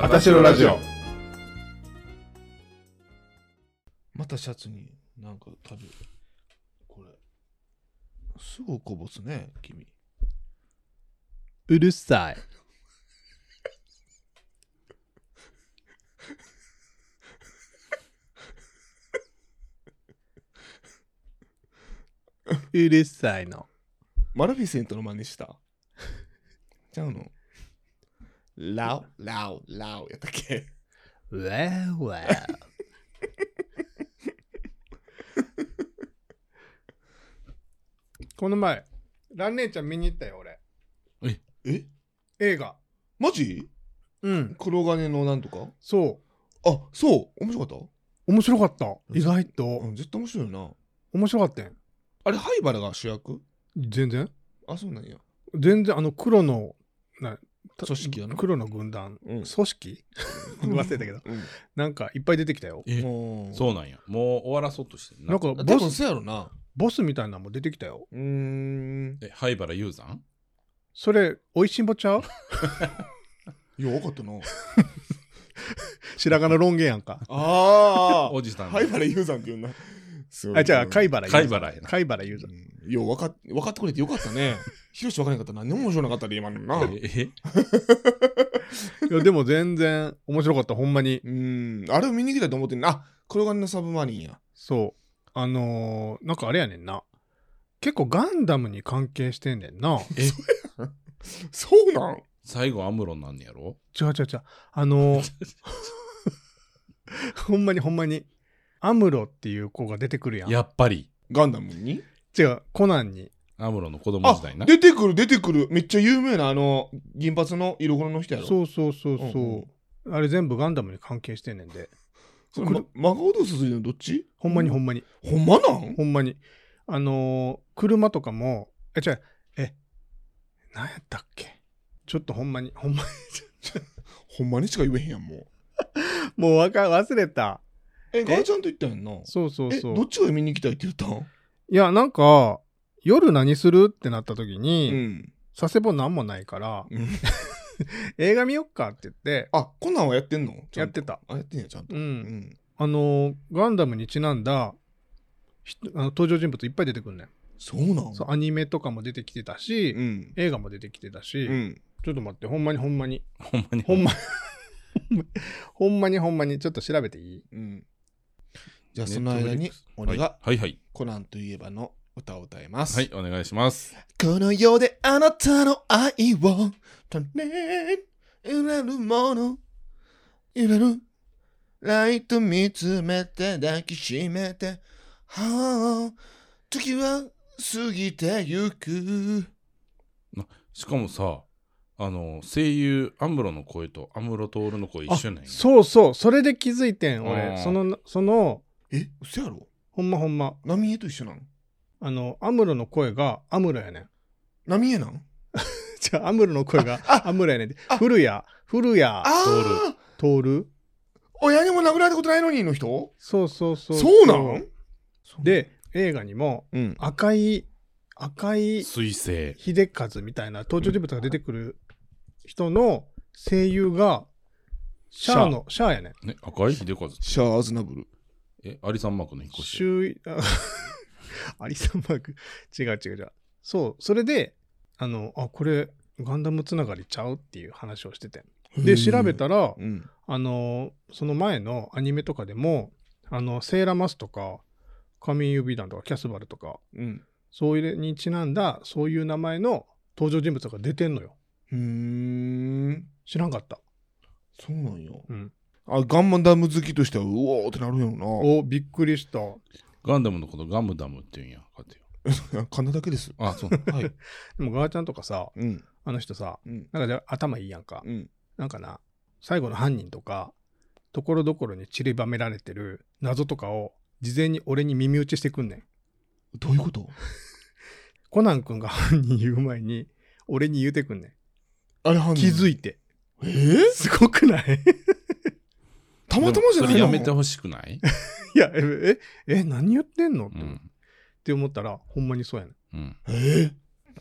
あたしろラジオまたシャツになんか食べるこれすぐこぼすね君うるさい。うるさいの。マルフィセントの真似したちゃうのラオラオラオやったっけわーわこの前、ラン姉ちゃん見に行ったよ、俺。え映画。マジうん。黒金のなんとかそあそう面白かっう。面白かった。意外たと。うん絶対面白いよな面白かったよ。あれ灰原が主役全然あそうなんや全然、あの、黒の、な組織やな黒の軍団。 うん組織 忘れたけど。なんか、いっぱい出てきたよ。うえんそうなんや。もう終わらそうとしてんなんか、多ボ分ス、そうやろなボスみたいなのも出てきたよ。うーんえ、灰原雄山それ、おいしんぼちゃうよう分かったな 白髪のロン毛やんか。あおじさん。灰原雄山って言うなすごいあ、じゃあ、貝原貝原やな貝原言うぞ。うんよう分かっ分かってくれてよかったね。ひろし分からなかったら何も面白なかったで今の な。ええいや、でも全然面白かった、ほんまに。うん。あれを見に来たと思ってんなあ、黒金のサブマリンや。そう。あのー、なんかあれやねんな。結構ガンダムに関係してんねんな。そうなん最後アムロになんねやろ違う違う違う。あのー、ほんまにほんまに。アムロっていう子が出てくるやん。やっぱり、ガンダムに違う、コナンに。アムロの子供あ時代な。出てくる出てくる。めっちゃ有名なあの銀髪の色黒の人やろ。う。そうそうそうそう。うんあれ全部ガンダムに関係してんねんで。それ、ま、真顔とすすりのどっちほんまにほんまに。ほんまなん ほんまに。あのー車とかも、え、違う、え、なんやったっけちょっとほんまに、ほんまに、 ほんまにしか言えへんやんもう。もうわか忘れた。え、ガーちゃんと言ったやんな。そうそうえ、そう。どっちが見に来たいって言ったんいや、なんか、夜何するってなった時うに、ん。佐世保なんもないから、うん 映画見よっかって言って、あ、こんなんはやってんのちゃんとやってたあ、やってんや、ちゃんと。うんん。あのーガンダムにちなんだ、ひあの登場人物いっぱい出てくんねん、そうなんそう。アニメとかも出てきてたし、うん。映画も出てきてたし、うん。ちょっと待って、ほんまにほんまに、ほんまに。ほんま、 ほんまにほんまに、ちょっと調べていいうん。じゃあその間に俺がはいはいコナンといえばの歌を歌います。はい。はい、お願いします。この世であなたの愛を種揺れるもの揺れるライト見つめて抱きしめてはあ時は過ぎてゆくしかもさ、あの、声優、アムロの声とアムロトールの声一緒なんや。そうそう、それで気づいてん、あ俺。ーその、その、え嘘やろほんまほんま、浪江と一緒なんあの、アムロの声がアムロやねん。 浪江なんじゃあ、アムロの声があアムロやねんてあ。古谷、古谷ああ徹親にも殴られたことないのにの人そうそうそう。そうなんで、映画にもうん赤い、赤い水星。秀和みたいな登場人物が出てくる人の声優が、シャアの、シャアやねん。ね、赤い秀和。シャア・アズナブルえ、アリサンマークの引っ越し。周囲、あ アリサンマーク。違う違う違う。そう、それで、あの、あ、これ、ガンダムつながりちゃうっていう話をしてて。で、調べたら、うんあのその前のアニメとかでもあのセーラマスとか神指団とかキャスバルとかうんそういうにちなんだそういう名前の登場人物が出てんのようーん知らんかったそうなんやうんあガンマダム好きとしてはうおーってなるやろおびっくりしたでガンダムのことガムダムって言うんや。かってよな 金だけですあ、そう。はいもガーちゃんとかさうんあの人さうんなんかじゃ頭いいやんか、うんなんかな最後の犯人とかところどころに散りばめられてる謎とかを事前に俺に耳打ちしてくんねんどういうことコナン君が犯人言う前に俺に言うてくんねんあれ犯気人づいいて、えーすごくない たまたまじゃないのでもそれやめてほしくないいや、え、え、え何言ってんのっうて,、ん。思ったら、ほんまにそうやねん。うん。えー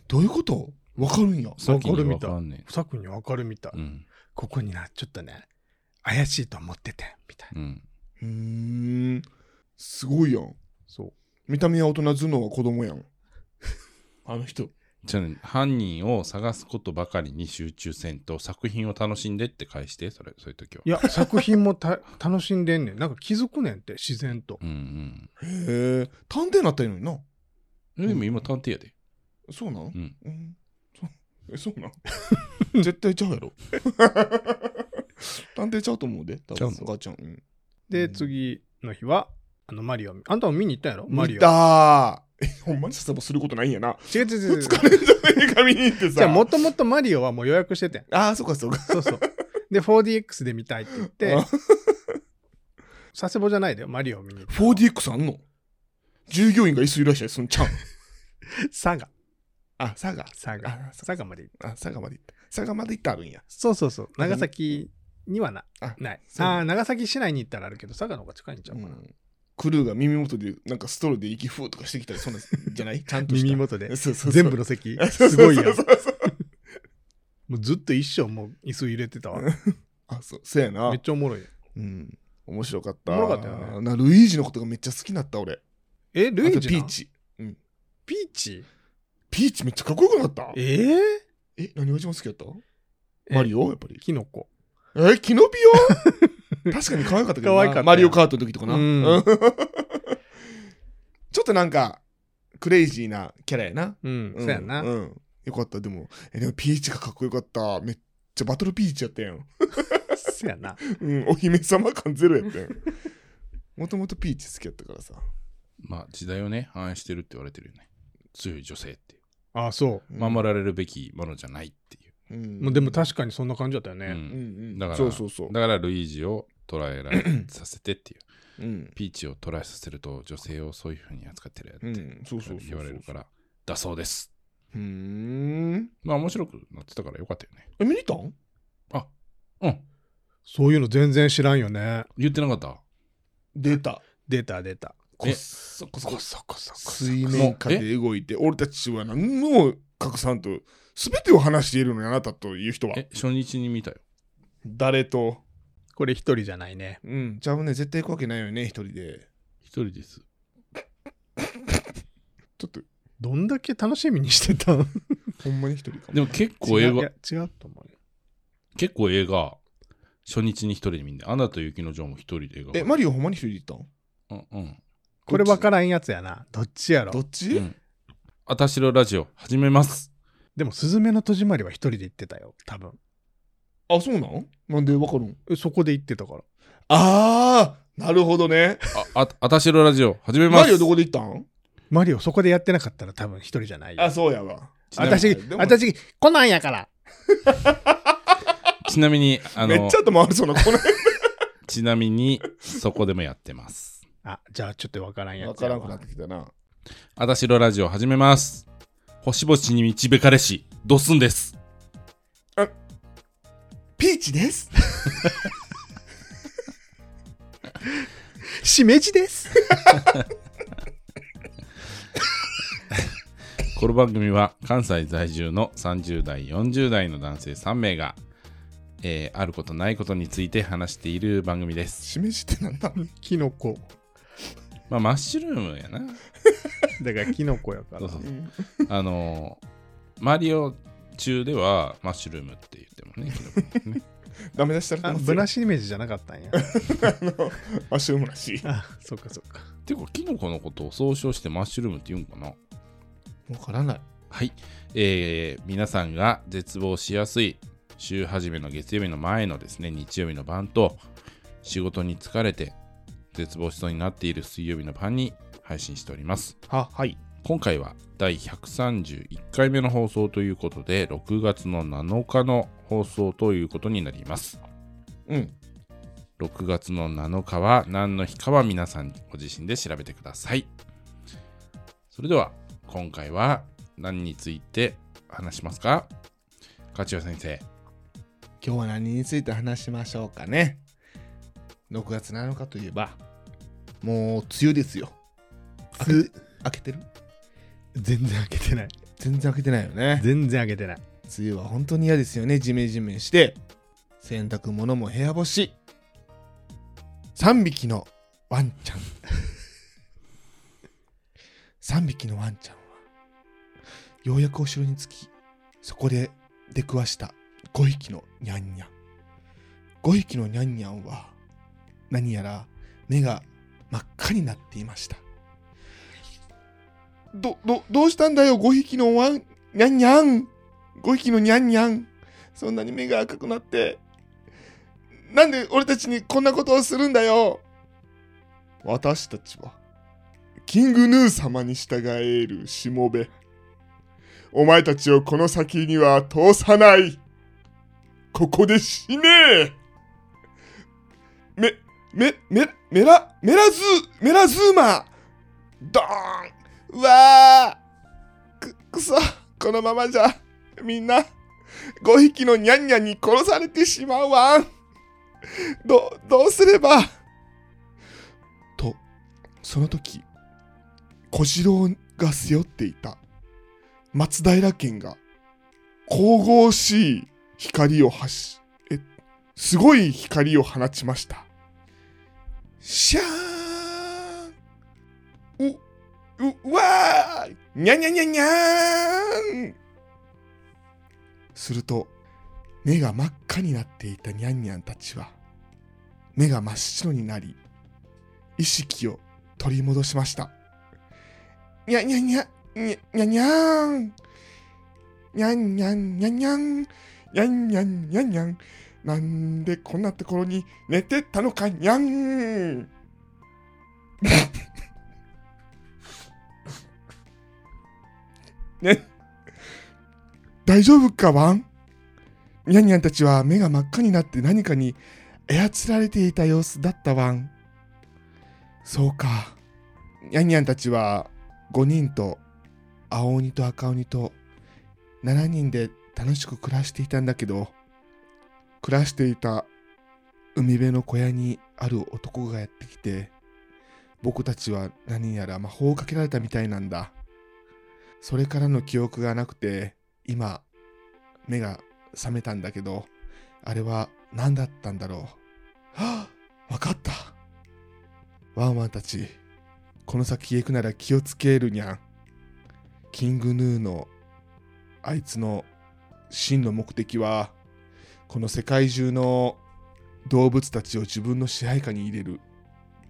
どういうことわかるんやさっきわかるにみわたいかんね不作にわかるみたい、ん。うん。ここになっちゃったね。怪しいと思っててみたいなうん。うーんすごいやんそう見た目は大人頭脳は子供やん あの人じゃあね、犯人を探すことばかりに集中せんと、作品を楽しんでって返して、それ、そういう時は。いや作品もた楽しんでんねんなんか気づくねんって自然とうんへえ探偵なったらいいのになうん。でも今、探偵やで。そうなんうん。うんそえそうなん 絶対ちゃうやろ探偵ちゃうと思うで多ちゃう分のお母ちゃん、うん、で次の日はあのマリオあんたも見に行ったんやろマリ見オたーえほんまにさせばすることないんやな違う違う違う違う2日連続映画見に行ってさじゃあもともとマリオはもう予約しててんああそうかそうかそうそうで 4DX で見たいって言ってあ佐世保じゃないでマリオを見に行った 4DX あんの従業員が椅子いらっしゃいそのちゃん佐賀あ佐賀佐あ賀そ佐賀まで行ったあ佐賀まで行った佐賀まで行ったあるんやそうそうそう長崎にはなあないそうああ長崎市内に行ったらあるけど佐賀の方が近いんちゃうかうな、んクルーが耳元でなんかストローで息ふーとかしてきたりそんなんじゃ ないちゃんとした耳元でそうそうそう全部の席あ そうすそごういやそんうそうそうもうずっと一生もう椅子入れてたわうあそうそうやなめっちゃおもろいようん面白かったおもろかったよねなルイージのことがめっちゃ好きになった俺えルイーあとジピなーチピーチピーチめっちゃかっこよくなったええー、何が一番好きだったマリオオやっぱりキノコえキノピオ 確かに可愛かったけどな可愛かったよマリオカートの時とかな、うん ちょっとなんかクレイジーなキャラやなうん、そうやな、んんよかったでもえでもピーチがかっこよかっためっちゃバトルピーチやったやん、そうやなうん、お姫様感ゼロやった やんもともとピーチ好きやったからさまあ、時代をね、反映してるって言われてるよね。強い女性っていう。あそ守られるべきものじゃないっていう。うんうもうでも確かにそんな感じだったよね、うんうんうんだからそうそうそう、だから、ルイージを捕らえられさせ てっていう。うんピーチを捕らえさせると、女性をそういうふうに扱ってるやつうっん、そうそうそうて言われるから、だそうです。うーんまあ、面白くなってたからよかったよね。え見に行ったんあ、うん。そういうの全然知らんよね言ってなかった出た出た出たこっそこそこそこそ水面下で動いて俺たちは何も隠さんと全てを話しているのよあなたという人はえ、初日に見たよ。誰とこれ一人じゃないねうんじゃあね絶対行くわけないよね一人で一人です。ちょっとどんだけ楽しみにしてたのほんまに一人かもでも結構映違うい画や、違うと思うよ結構映画、初日に一人で見んで、アナと雪の女王も一人で映画えマリオほんまに一人で行ったんうんうん。これ分かららんやつやなどっちやろどっち、うんあたしろラジオ、始めます。でも「すずめの戸締まり」は一人で行ってたよ多分あそうなんなんでわかるんえそこで行ってたからああなるほどねあ、あ、あたしろラジオ、始 めます。マリオどこで行ったんマリオそこでやってなかったら多分一人じゃないよあそうやわちなみに私でも私コナンやからちなみに、あめっのち、ゃ頭悪そうなこの辺ちなみに、そこでもやってます。あじゃあちょっと分からんや分つかやらわんくなってきたなあたしろラジオ、始めます。星々に導かれし、ドスンです。ピーチ ですしめじです この番組は関西在住の30代、40代の男性3名が、えーあることないことについて話している番組です。示してなんだキノコまあ、マッシュルームやな。だからキノコやからそうそうそうあのーマリオ中ではマッシュルームって言ってもね、 キノコですねダメ出したらあブラシイメージじゃなかったんやあしゅうむらしいあそっかそっかてか、キノコのことを総称してマッシュルームって言うんかなわからないはい、えー皆さんが絶望しやすい週始めの月曜日の前のですね日曜日の晩と仕事に疲れて絶望しそうになっている水曜日の晩に配信しておりますははい今回は第131回目の放送ということで6月の7日の放送ということになりますうん6月の7日は何の日かは皆さんご自身で調べてください。それでは今回は何について話しますかカチオ先生。今日は何について話しましょうかね6月7日といえばもう梅雨ですよつ開けてる全然開けてない全然開けてないよね全然開けてない梅雨は本当に嫌ですよねジメジメして洗濯物も部屋干し3匹のワンちゃん 3匹のワンちゃんはようやくお城に着きそこで出くわした5匹のニャンニャン5匹のニャンニャンは何やら目が真っ赤になっていましたどどどうしたんだよ5匹のワンニャンニャン5匹のニャンニャンそんなに目が赤くなってなんで俺たちにこんなことをするんだよ私たちは、キングヌー様に従えるしもべ。お前たちをこの先には通さない。ここで死ねえめ、め、め、メラ、メラズー、メラズーマドーンうわーく、くそ、このままじゃ、みんな、5匹のニャンニャンに殺されてしまうわんど、どうすればと、その時、小次郎が背負っていた松平健が神々しい光を発し、え、すごい光を放ちました。シャーンう、う、うわーにゃにゃにゃにゃーんすると、目が真っ赤になっていたニャンニャンたちは、目が真っ白になり、意識を取り戻しました。にゃにゃにゃ、にゃにゃにゃーん。にゃんにゃんにゃんにゃん。にゃんにゃんにゃんにゃん。なんでこんなところに寝てたのかにゃ ん。ね。大丈夫かワンにゃんにゃんたちは目が真っ赤になって何かに操られていた様子だったワン。そうか。にゃんにゃんたちは5人と青鬼と赤鬼と7人で楽しく暮らしていたんだけど、暮らしていた海辺の小屋にある男がやってきて、僕たちは何やら魔法をかけられたみたいなんだ。それからの記憶がなくて、今、目が覚めたんだけど、あれは何だったんだろう。はぁ、わかった。ワンワンたち、この先へ行くなら気をつけるにゃん。キングヌーの、あいつの真の目的は、この世界中の動物たちを自分の支配下に入れる。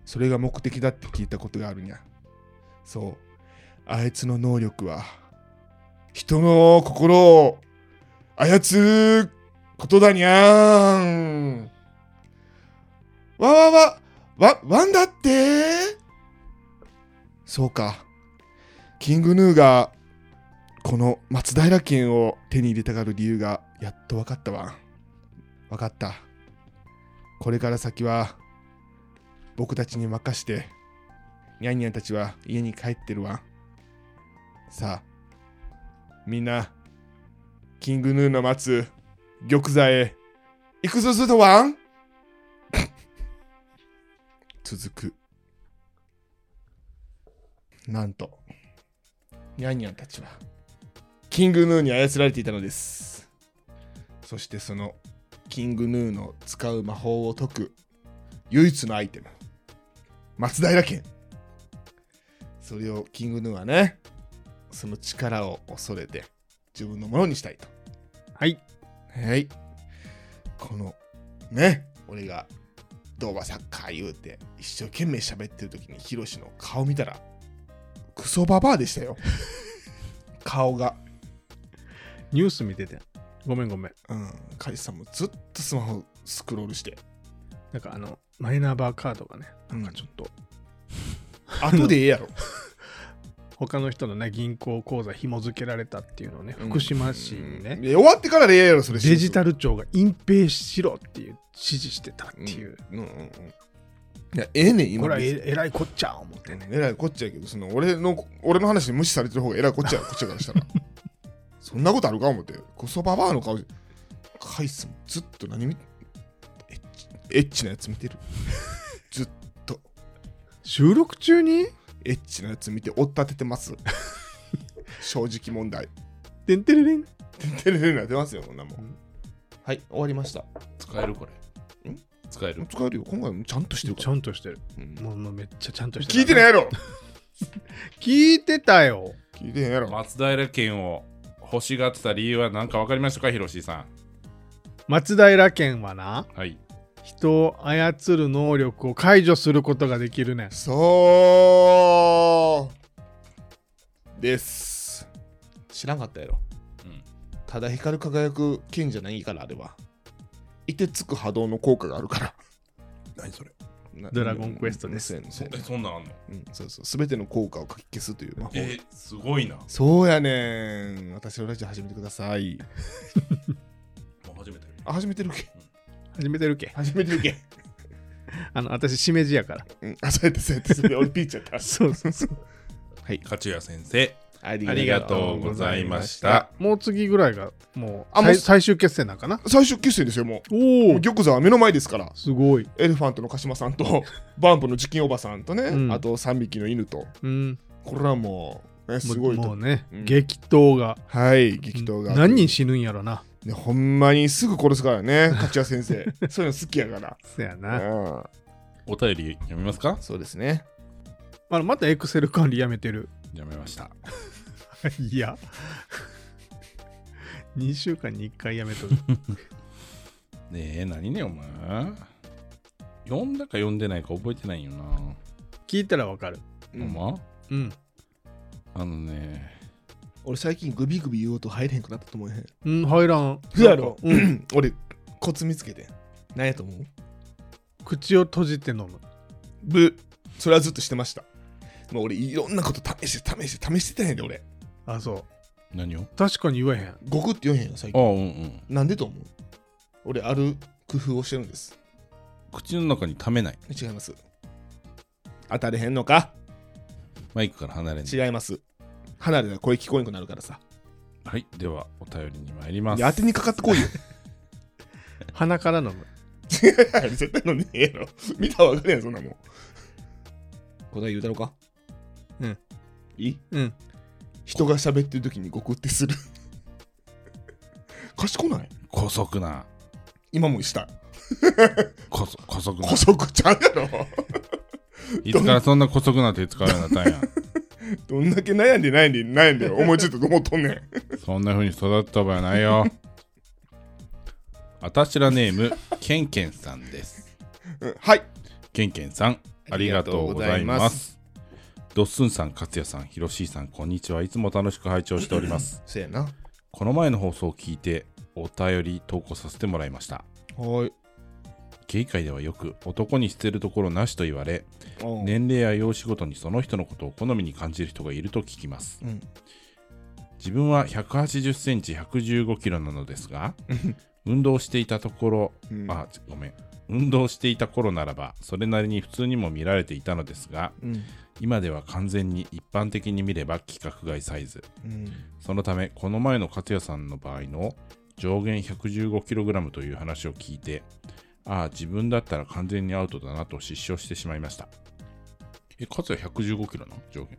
それが目的だって聞いたことがあるにゃん。そう。あいつの能力は、人の心を操ることだにゃーん。わわわ、わ、ワンだってそうか。キングヌーが、この松平剣を手に入れたがる理由が、やっとわかったわ。わかった。これから先は、僕たちに任して、ニャンニャンたちは家に帰ってるわ。さあ、みんな、キングヌーの待つ玉座へ、行くぞすとワン 続く。なんと、ニャンニャンたちは、キングヌーに操られていたのです。そしてその、キングヌーの使う魔法を解く、唯一のアイテム、松平剣。それをキングヌーはね、その力を恐れて、自分のものにしたいと。はい。はい。この、ね、俺が、ドーバサッカー言うて、一生懸命喋ってる時に、ヒロシの顔見たら、クソババアでしたよ。 顔が。ニュース見てて。ごめんごめん。うん。カイさんもずっとスマホスクロールして、なんかあの、マイナンバーカードがね、なんかちょっと、後でええやろ。他の人のね、銀行口座紐付けられたっていうのをね、うん 福島市にね、で終わってからでええやろ、それ。デジタル庁が隠蔽しろっていう指示してたっていう。うん。うんうんうん。いや、ええねん、こ今れは別に。ええらいこっちゃ思ってね。えらいこっちゃやけど、その俺の俺の話無視されてる方がえらいこっちゃや、こっちゃからしたら。そんなことあるか思って、こそババアの顔、カイスずっと何見エッチエッチなやつ見てる。ずっと収録中にエッチなやつ見て追っ立ててます。正直問題。てんてれれん。テレビになってますよ、こんなもうんん。はい、終わりました。使えるこれ。使える。使えるよ。今回もちゃんとしてるかちら。ゃんとしてる。うんもうもうめっちゃちゃんとしてる。聞いてないやろ聞いてたよ。聞いてへんやろ。松平健を欲しがってた理由は何か分かりましたか、ヒロシさ松平健はな、ん。はい。人を操る能力を解除することができるねん。そうです。知らんかったやろ。うんただ光る輝く剣じゃないから、あれは。いてつく波動の効果があるから。何それな ドラゴンクエストですうんうんそうやえ、ねそんなんあんのうんそうそう。すべての効果をかき消すという魔法。え、すごいな。もそうやねん。私のラジオ始めてください。う初めて見るあ、始めてるけ。 始めてるけ。始めてるけ。あの、私、しめじやから。 うん、あ、そうやって、そうやって、それで俺ピーチやった。 そうそうそう。勝谷先生、ありありがとうございました。もう次ぐらいが、もうあもう最最終決戦なんかな。最終決戦ですよ、もう。おもう玉座は目の前ですから。すごい。エレファントの鹿島さんと、 バンプのチキンおばさんとね、うんあと3匹の犬と。うん。これはもう、ね、すごいもうもとう。ね、うん激闘が。はい、激闘が。何人死ぬんやろな。ねほんまにすぐ殺すからね、勝谷先 生。そういうの好きやから。そやな。うんお便り読みますかそうですね。あのまたエクセル管理やめてる。 やめました。いや。2週間に1回やめとる。ねえ、何ね、お前。読んだか読んでないか覚えてないよな。聞いたらわかる。ほんうんまうん。あのね、俺最近グビグビ言おうと入れへんくなったと思えへん。うん、入らん。そうやろなんかうん。俺、コツ見つけて。何やと思う口を閉じて飲む。ブそれはずっとしてました。もう俺、いろんなこと試して、試して、試してたんやで、俺。あ、そう。何を確かに言えへん。ゴクって言えへんよ、最あ近。あ、うんうん。なんでと思う俺、ある工夫をしてるんです。口の中に溜めない。違います。当たれへんのかマイクから離れない。違います。離れたら声聞こえんくなるからさ。はい、では、お便りに参りまいす。や当てにかかってこいよ。鼻から飲む。 絶対飲んでへんやろ。 見たらわかるやん、そんなもん。答え言うたろかうん。いいうん。人が喋ってる時にゴクってする。 賢ない古速な、今もした。古速古速な古。速ちゃうや ろ。いつからそんな古速な手使うようになったんや。 どんだけ悩んで悩んで悩んで思いついたと思っとんねん。そんな風に育った場合はないよ。あたしらネーム、ケンケンさんです。うんはい。ケンケンさん、ありがとうございます。ドッスンさん、勝也さん、ヒロシーさん、こんにちは。いつも楽しく拝聴しております。せやな。はこの前の放送を聞いて、お便り投稿させてもらいました。ーい。ゲイ界ではよく男に捨てるところなしと言われ、うん。年齢や容姿ごとにその人のことを好みに感じる人がいると聞きます。うん。自分は180センチ115キロなので すが、運動していたところ、うんあ、ちごめん。運動していた頃ならば、それなりに普通にも見られていたのですが、うん。今では完全に一般的に見れば規格外サイズ。うん。そのため、この前の勝也さんの場合の上限 115kg という話を聞いて、ああ、自分だったら完全にアウトだなと失笑してしまいました。え、勝也 115kg なの上限。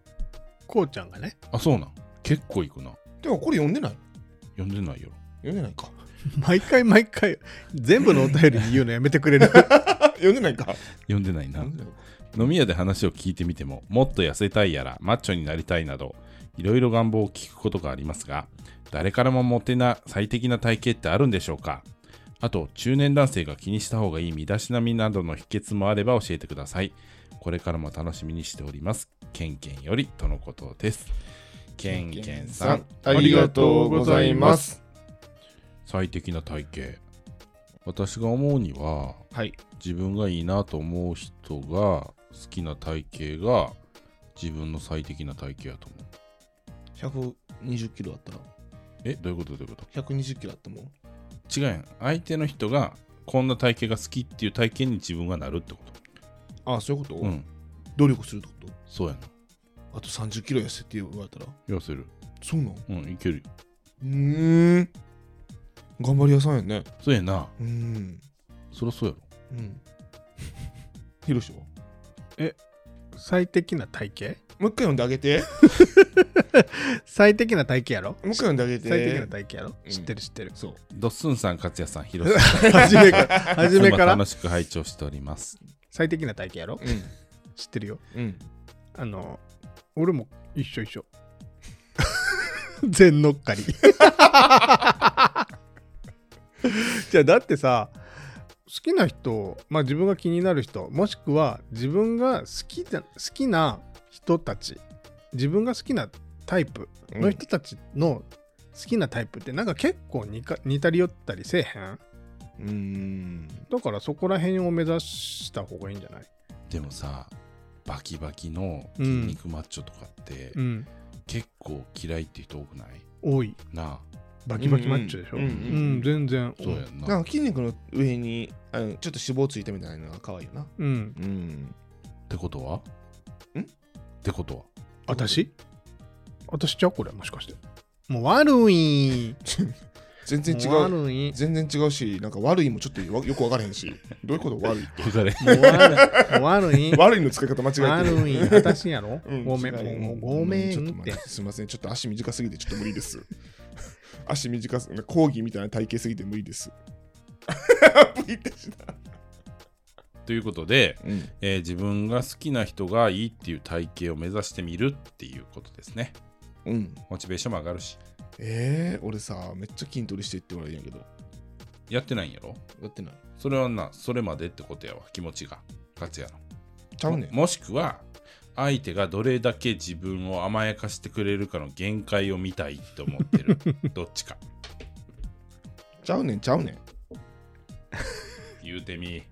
こうちゃんがね。あ、そうなん。結構いくな。でもこれ読んでない読んでないよ。読んでないか。毎回毎回、全部のお便りに言うのやめてくれる。 読んでないか。読んでないな読ん。でないか飲み屋で話を聞いてみても、もっと痩せたいやら、マッチョになりたいなど、いろいろ願望を聞くことがありますが、誰からもモテな最適な体型ってあるんでしょうかあと、中年男性が気にした方がいい身だしなみなどの秘訣もあれば教えてください。これからも楽しみにしております。ケンケンよりとのことです。ケンケンさん、ありがとうございます。最適な体型。私が思うには、はい。自分がいいなと思う人が好きな体型が自分の最適な体型やと思う。 120キロあったら、え、どういうことどういうこ120キロあったもん。と違うやん。相手の人がこんな体型が好きっていう体型に自分がなるってこああ、そういうことと。うん。努力するってこそうやな。とあと30キロ痩せって言われたら。痩せる。そうなのうん、いけるよ。うーん。頑張り屋さんやね。そうやな。うーん。そりゃそうやろ。うん。ヒロシは最適な体型もう一回読んであげて。 最適な体型やろもう一回読んであげて。最適な体型やろうん。知ってる知ってるそう。ドッスンさん、勝也 さん、広瀬さん、初めから、初めかいつもら楽しく拝聴しております。最適な体型やろ知ってるよ。うん。うん。あの、俺も一緒一緒。 全乗っかり。 じゃあだってさ、好きな人、まあ自分が気になる人、もしくは自分が好きだ好きな人たち、自分が好きなタイプ の人たちの好きなタイプってなんか結構似か似たり寄ったりせえへんうーん。だからそこら辺を目指した方がいいんじゃないでもさ、バキバキの筋肉マッチョとかって、うん。結構嫌いって人多くない多い。なあ、バキバキマッチョでしょ。ううんん、うん全然。そうやんな。なんか筋肉の上にあのちょっと脂肪ついたみたいなのが可愛いよな。うん。うん。ってことはんってことは私私ちゃうこれ、もしかして。もう悪い。全然違もうう。悪い。全然違うし、なんか悪いもちょっとよよくわからへんし、どういうこと悪いって。わかれん もう悪い。もう悪い。悪いの使い方間違えてる。悪い。私やろ、うんごめん。違うもうごめうちょんとっ待てっ。すみません、ちょっと足短すぎてちょっと無理です。 足短す、講義みたいな体型すぎて無理です。 ピッてした。ということで、うん。えー自分が好きな人がいいっていう体型を目指してみるっていうことですね。うん。モチベーションも上がるし。えー、俺さ、めっちゃ筋トレしてって言われるんやけど、やってないんやろやってない。それはな、それまでってことやわ、気持ちが。勝也の。ちゃうねん。もしくは、相手がどれだけ自分を甘やかしてくれるかの限界を見たいって思っ てる。どっちか。ちゃうねん、ちゃうねん。言うてみ。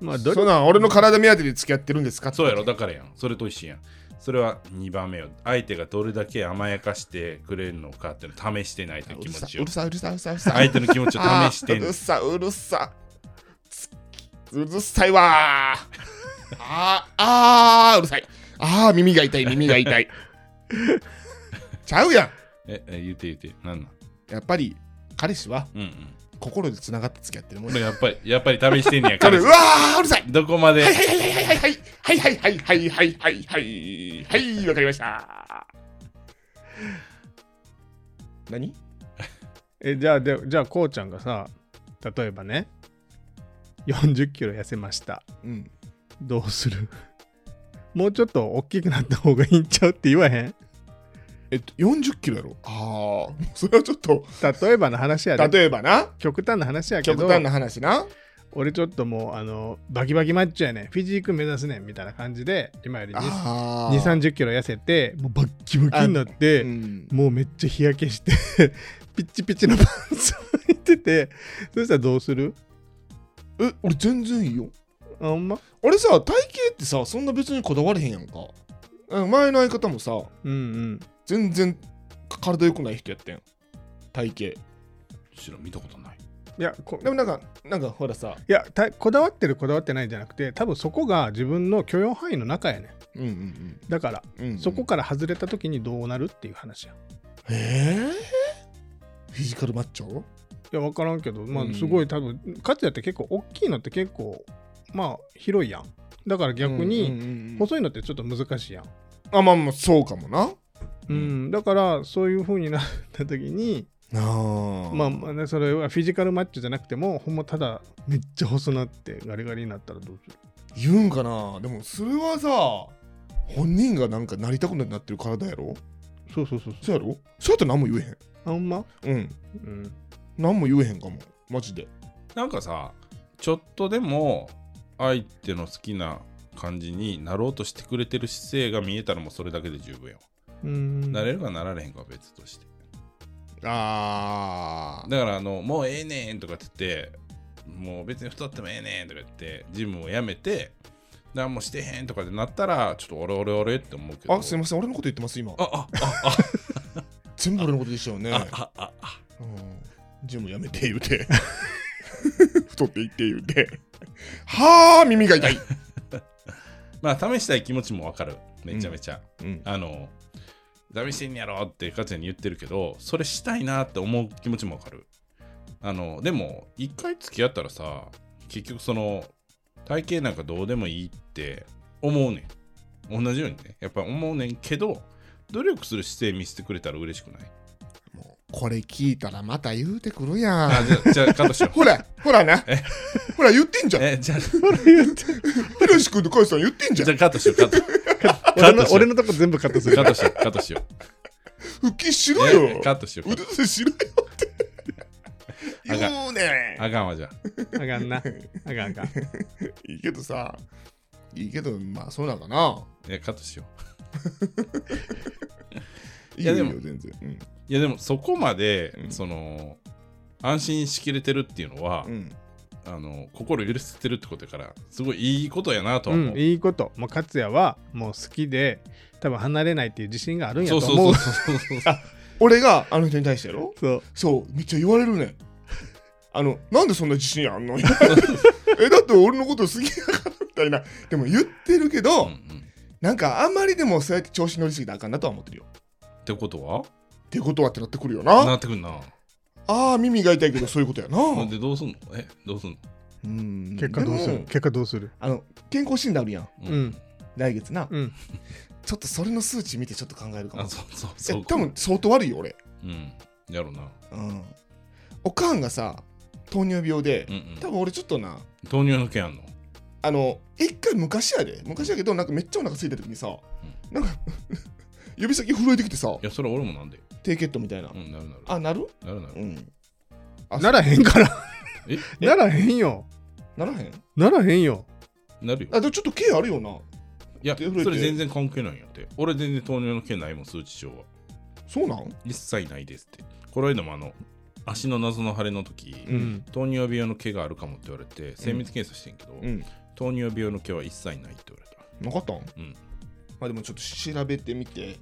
まあ、どそれんなん俺の体目当てで付き合ってるんですかって そうやろ、だからやん。それと一緒やん。それは2番目よ。相手がどれだけ甘やかしてくれるのかっていうのを試してないというう気る持さちうをる。さうるさうるさうる さ相手の気持ちを試して あーんうのる。さうるさつうるさいわーあーあーうるさいあー耳が痛い耳が痛いちゃうやんえ、え言うて言うて。なんなんやっぱり彼氏はうんうん。心でつながって付き合ってるもんでねもやっぱり、やっぱり試してんねやか彼 らう。わーうるさいどこまではいはいはいはいはいはいはいはいはいはいはいはいわかりました何えじゃあで、じゃあ、こうちゃんがさ、例えばね、40キロ痩せました。うんどうするもうちょっと大きくなった方がいいんちゃうって言わへんえっと40キロやろああそれはちょっと例えばの話やで。例えばな極端な話やけ極ど、端な話な俺ちょっともうあのバキバキマッチョやねんフィジーク目指すねんみたいな感じで今より2あ2 3 0キロ痩せてもうバッキバキになって、うんもうめっちゃ日焼けして ピッチピチのパンツ履いててそしたらどうするえ俺全然いいよあほんま俺さ体型ってさそんな別にこだわれへんやんかうん前の相方もさうんうん全然体良くない人やったやん体型後ろ見たことない。いやこでもなんかなんかほらさいやたこだわってるこだわってないじゃなくて多分そこが自分の許容範囲の中やねんうんうんだから、うんそこから外れた時にどうなるっていう話やええフィジカルマッチョいや分からんけど、まうんあ、すごい多分、かつやって結構大きいのって結構まあ広いやんだから逆うんにうんうんうん細いのってちょっと難しいやん、あまあまあそうかもなうんだからそういう風になった時に、あーまあまあね、それはフィジカルマッチじゃなくてもほんまただめっちゃ細なってガリガリになったらどうする言うんかなでもそれはさ本人がなんかなりたくなってる体やろそうそうそうそうそうやろそうやったら何も言えあんま、へんうんうん、何も言えへんかもマジでなんかさ、ちょっとでも相手の好きな感じになろうとしてくれてる姿勢が見えたらもうそれだけで十分よ。うんなれるかなられへんかは別として。あだからあの、もうええねんとかって言って、もう別に太ってもええねんとか言って、ジムをやめて、何もしてへんとかってなったら、ちょっと俺俺俺って思うけど。あすいません俺のこと言ってます今ああ全部俺のことでしたよねああああうんジムやめて言うて 太っていって言うてはあ耳が痛い、まあ試したい気持ちもわかるめちゃめちゃ、うん、あの試してんやろって勝也に言ってるけどそれしたいなって思う気持ちもわかるあのでも一回付き合ったらさ結局その体型なんかどうでもいいって思うねん同じようにねやっぱ思うねんけど努力する姿勢見せてくれたら嬉しくないもうこれ聞いたらまた言うてくるやあんじゃあじゃあカットしよ うほらほらなえほら言ってんじゃんえじゃあひろし君とカイさん言ってんじゃじゃんあカットしようカ ットカ俺ットのしよう俺のとこ全部カッ トするカットしようカットしよ復帰しうろえよカットしよううるせえしろよって あかん言うねあかんわじゃあかんな。あかんあかん。いいけどさいいけどまあそうなのかなあいやカットしよういいいやよいでもいよ全然いやでもそこまで、うんその安心しきれてるっていうのは、うんうんあの心許せてるってことやからすごいいいことやなとうは思う、ん、いいこと。もう勝也はもう好きで、多分離れないっていう自信があるんやそとう思。そううそうそうそう俺があの人に対してやろ そうそうめっちゃ言われるね あのなんでそんな自信あんの えだって俺のこと好きだからみたいなでも言ってるけ ど、うんうんなんかあんまりでもそうやって調子乗りすぎたらあかんなとは思ってるよってことはってことはってなってくるよななってくんな。ああ耳が痛いけどそういうことや なほんでどうすんのえどうすんのうん結果どうすでるも結果どうするあの健康診断あるやんううん。来月な、うん。ちょっとそれの数値見てちょっと考えるかもあ、そうそうえそう。多分。相当悪いよ俺うん。やろうな。うんおかんがさ糖尿病でうんうん。多分俺ちょっとな糖尿の件あんのあの一回昔やで昔やけどなんかめっちゃお腹空いた時にさ、なんか 指先震えてきてさいや、それ俺もなんで。低血糖みたいな、うん、なるなる。あなるなるなうる。んあならへんから。え ならへんよ。ならへんならへんよ。なるよ。あでもちょっと毛あるよないや、手震えてそれ全然関係ないんやって。俺全然糖尿の件ないもん、数値上は。そうなん一切ないですって。この間もあの、足の謎の腫れの時、うんうん。糖尿病の毛があるかもって言われて、精密検査してんけど、うん糖尿病の毛は一切ないって言われた。なかったんうんまあでもちょっと調べてみて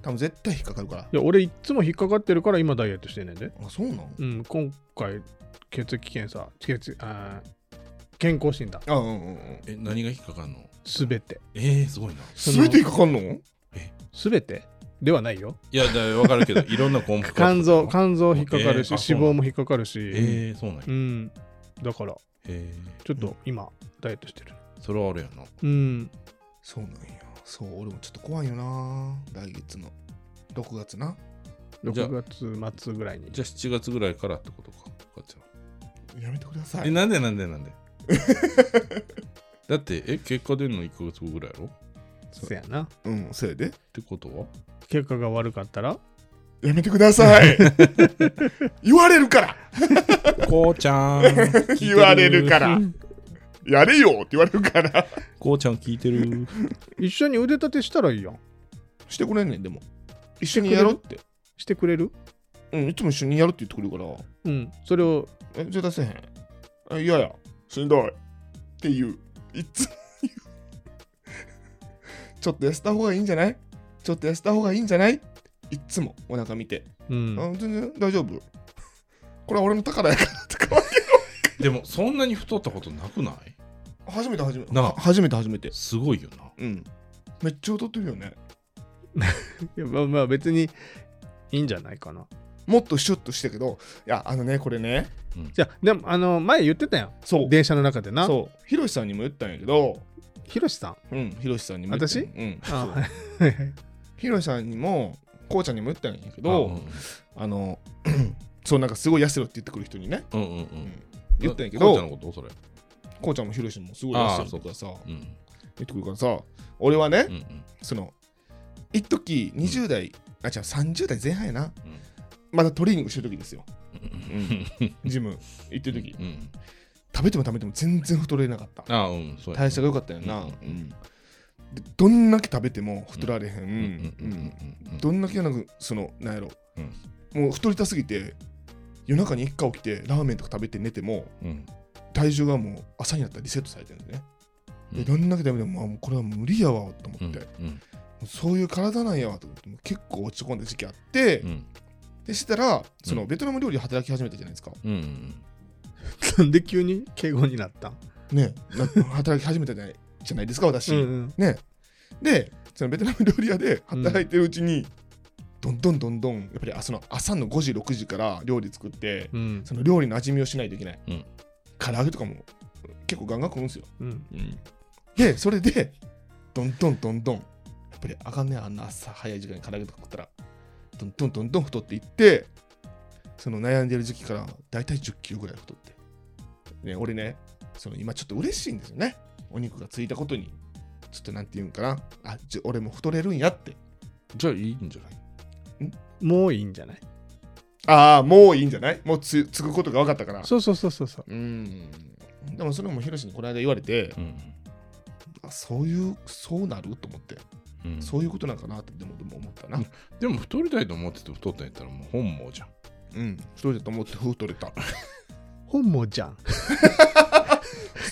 多分絶対引っかかるからいや、俺いっつも引っかかってるから今ダイエットしてんねんで。あそうなんうん、今回、血液検査、血液、あー健康診断、あうんうんうんえ、何が引っかかんのすべて。えー、すごいな。その全て引っかかんのすべてではない よ。いや、だからわかるけ ど、いろんな項目が肝臓、肝臓引っかかるし、えーあそうなの脂肪も引っかかるし。えー、そうなんや。うん。だから、えーちょっと今、ダイエットしてる。それはあれやな。うん。そうなんやそう俺もちょっと怖いよな来月の6月なじゃあ6月末ぐらいに。じゃあ7月ぐらいからってことか。こっちはやめてくださえ、いなんでなんでなんで だって、え、結果出るの1ヶ月後ぐらいやろっせやな。うんせいでてことは結果が悪かったら、やめてくださ い言われるからこうちゃ ん。聞いて言われるか。らやれよって言われるからこうちゃん聞いてる。一緒に腕立てしたらいいやん。してくれんねんでも一緒にやろうってしてくれるうんいつも一緒にやろうって言ってくるからうん。それを、え、じゃあ出せへん。え、嫌やや。しんどい。っていう。いつも言う。ちょっと痩せた方がいいんじゃないちょっと痩せた方がいいんじゃないいっつもお腹見て。うん。あ全然大丈夫。これは俺の宝やからとか。でも、そんなに太ったことなくない初めて初めて。なあは初めて初めて。すごいよな。うん。めっちゃ踊ってるよね。いやまあまあ別にいいんじゃないかな。もっとシュッとしてけど、いや、あのね、これね、じゃあ、でも、あの、前言ってたやん。そう、電車の中でな。そう、ヒロシさんにも言ったんやけど、ひろしさん。うん、ヒロシさんにも言ったんやうん、あ そうはいヒロシさんにも、こうちゃんにも言ったんやけど、どあの そうなんかすごい痩せろって言ってくる人にねうんうんうん。言ったんやけこうちゃんどのことそれ。こうちゃんもひろしもすごい痩せろとかさ言うん。ってくるからさ俺はね、うんうん。その一時20代、あ違う30代前半やな、うんまだトレーニングしてる時ですようんジム行ってる時、うん。食べても食べても全然太れなかったああ、うん、そうや。代謝が良かったよな、うんうんでどんだけ食べても太られへん、うんううんうんうんんうん。どんだけなんかそのなんやろ、もう太りたすぎて夜中に一回起きてラーメンとか食べて寝てもうん。体重がもう朝になったらリセットされてるんでね。うでんどんだけダメでも、あもうこれは無理やわと思って、うんもうそういう体なんやわと思ってもう結構落ち込んだ時期あって、うんでしたらそうのんベトナム料理働き始めたじゃないですか、うんうん。なんで急に敬語になったんねな働き始めたじゃないじゃないですか私、うんねでそのベトナム料理屋で働いてるうちに、どんどんどんどんやっぱりあその朝の5時6時から料理作ってうん。うんその料理の味見をしないといけない、うん唐揚げとかも結構ガンガン食うんですようん。でそれでどんどんどんどんやっぱりあかんねあんな朝早い時間に唐揚げとか食ったらどんどんどんどん太っていってその悩んでる時期からだいたい1 0キロぐらい太って、ね、俺ねその今ちょっと嬉しいんですよねお肉がついたことにちょっとなんて言うんかなあじ俺も太れるんやってじゃあいいんじゃないもういいんじゃないああもういいんじゃないもうつつくことが分かったからそうそうそうそうそううんでもそれもヒロシにこの間言われて、うんあそういうそうなると思って、うんそういうことなんかなってでもでも思ったなでも太りたいと思ってて太ったんやったらもう本望じゃん。うん太れたと思って太れた本望じ ゃん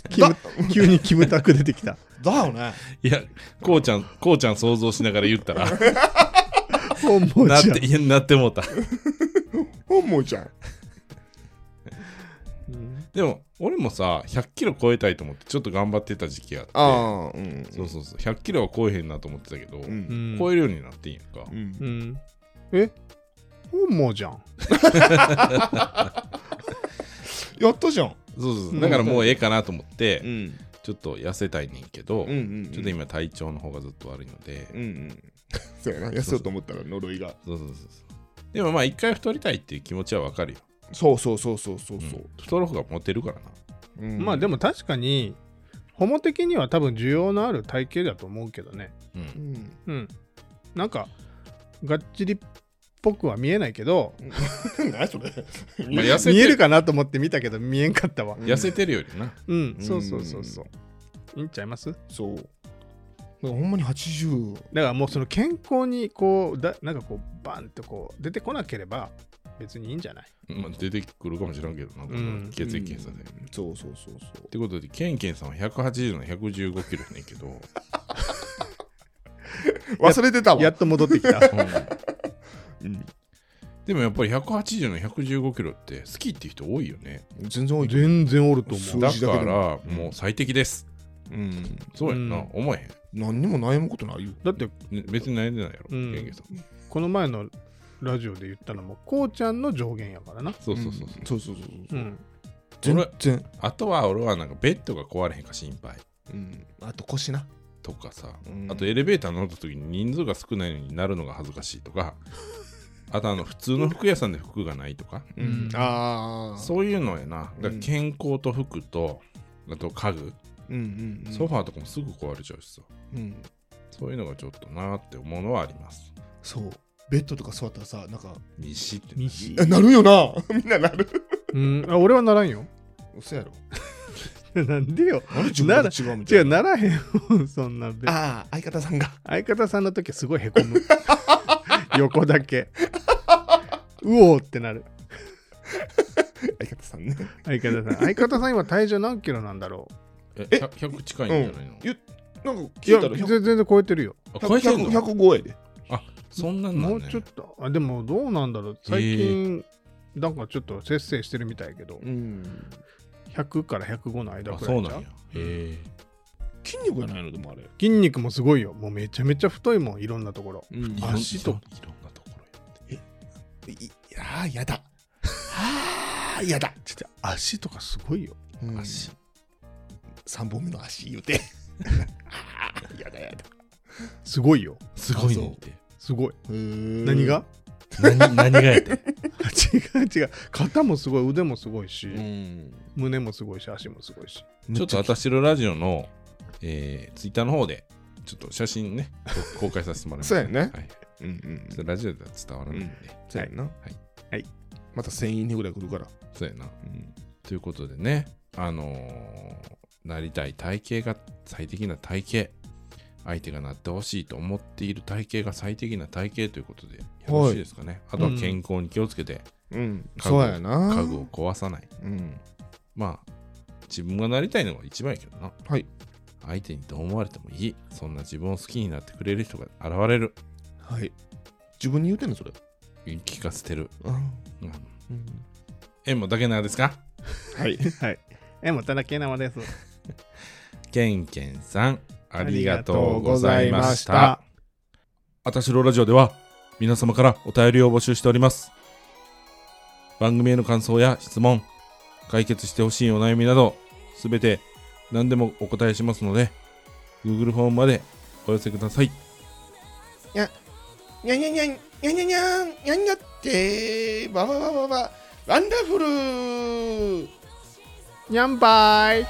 キム 急にキムタク出て きただよねいや、こうちゃん、こうちゃん想像しながら言ったら、本望なっじゃんて、いや、なってもうた。本望じゃんうんでも、俺もさ、100キロ超えたいと思って、ちょっと頑張ってた時期があって、ああうんそうそうそう、100キロは超えへんなと思ってたけど、うんう、ん超えるようになってんやんか。うんうんえ本望じゃんやったじゃんそうそうそう、だからもうええかなと思って、んちょっと痩せたいねんけど、うんうんちょっと今体調の方がずっと悪いので、うんうんそうやな痩せようと思ったら呪いがそうそうそうそう。でもまあ、一回太りたいっていう気持ちはわかるよ。そうそうそうそうそううんそう、太る方がモテるからな。うんまあでも確かにホモ的には多分需要のある体型だと思うけどねう。うんん うんなんかがっちりっぽくは見えないけど何それまあ、痩せ見てえるるかなと思って見たけど見えんかったわ痩せてるよりな。うん、そうそうそうそういいんちゃいますだかそうだからほんまに80らもうその健康にこうだなんかこうバンとこう出てこなければ別にいいんじゃないまあ、出てくるかもしれんけどな、うん血液検査で。っうんそうそうそうそうてことで、ケンケンさんは180の115キロやね んけど、忘れてたわ。やっと戻ってきた うんでもやっぱり180の115キロって好きって人多いよね。全然多いと思全然おると思そううだ数字かだけでもらうんもう最適です。う。うん。そうやんな、うん思え何にも悩むことないよ。だってへん。ね別に悩んでないやろ、うんケンケンさん。この前のラジオで言ったのもこうちゃんの上限やからなそうそうそうそう。そうそうそううそう。ん全然。あとは俺はなんかベッドが壊れへんか心配うん。あと腰な。とかさ、うんあとエレベーター乗った時に人数が少ないのになるのが恥ずかしいとか、あとあの普通の服屋さんで服がないとか。うんああ。そういうのやな。だかうらん健康と服と、あと家具、う。うんうん。ソファーとかもすぐ壊れちゃうしさ。うん。そういうのがちょっとなーって思うのはあります。そう。ベッドとか座ったらさ、なんか、西って。西えなるよな。 みんななる。うんあ俺はならんよ嘘やろ。なんでよあれ自な分らと違うみたい違な。うならへんよそんな別にああ、相方さんが。相方さんの時はすごいへこむ 横だけうおーってなる 相方さんね。相方さん相方さん今体重何キロなんだろえ、え100 100近いんじゃないの、ゆなんかうい聞やいたら全100然全然超えてるよあ、超えてんの105円で。そんなんなんもねうちょっとあでもどうなんだろう最近なんかちょっと節制してるみたいやけどうん。 100から105の間あ、くそらういなじゃんやん。へ筋肉がないのでもあれ。筋肉もすごいよもうめちゃめちゃ太いもんいろんなところうんえ。足といろんなところやいいやー、やだ。 ああ、やだ。ちょっと足とかすごいよ足。 3本目の足言うて。あーやだやだ。すごいよすごごいいねねんってて。すごい何何が何何がやって。違う違う肩もすごい腕もすごいし、うん。胸もすごいし足もすごいしちょっと私のラジオの、えー、ツイッターの方で、ちょっと写真ね、こ 公開させてもらいます、そうやねはい。うんうんちょっとラジオでは伝わらないんで。。そうやな。はいはいまた1000円でぐらい来るから。そうやな。うん。ということでね、あのーなりたい体型が最適な体型、相手がなってほしいと思っている体型が最適な体型ということで、よろしいですかね。あとは健康に気をつけて、うん。家具そうやな。家具を壊さない。うん。まあ、自分がなりたいのが一番やけどな。はい。相手にどう思われてもいい。そんな自分を好きになってくれる人が現れる。はい。自分に言うてんのそれ。聞かせてる。うん、うんえ、もうだけなんですか はい。はいえもただけなわですケンケンさん、ありがとありがとうごうござざいいままししたた。あたしろラジオでは皆様からお便りを募集しております。番組への感想や質問、解決してほしいお悩みなど、すべて何でもお答えしますので、Google フォームまでお寄せください。にゃにゃにゃん、にゃにゃにゃん、にゃにゃって、ばばばばば、ワンダフルにゃんばーい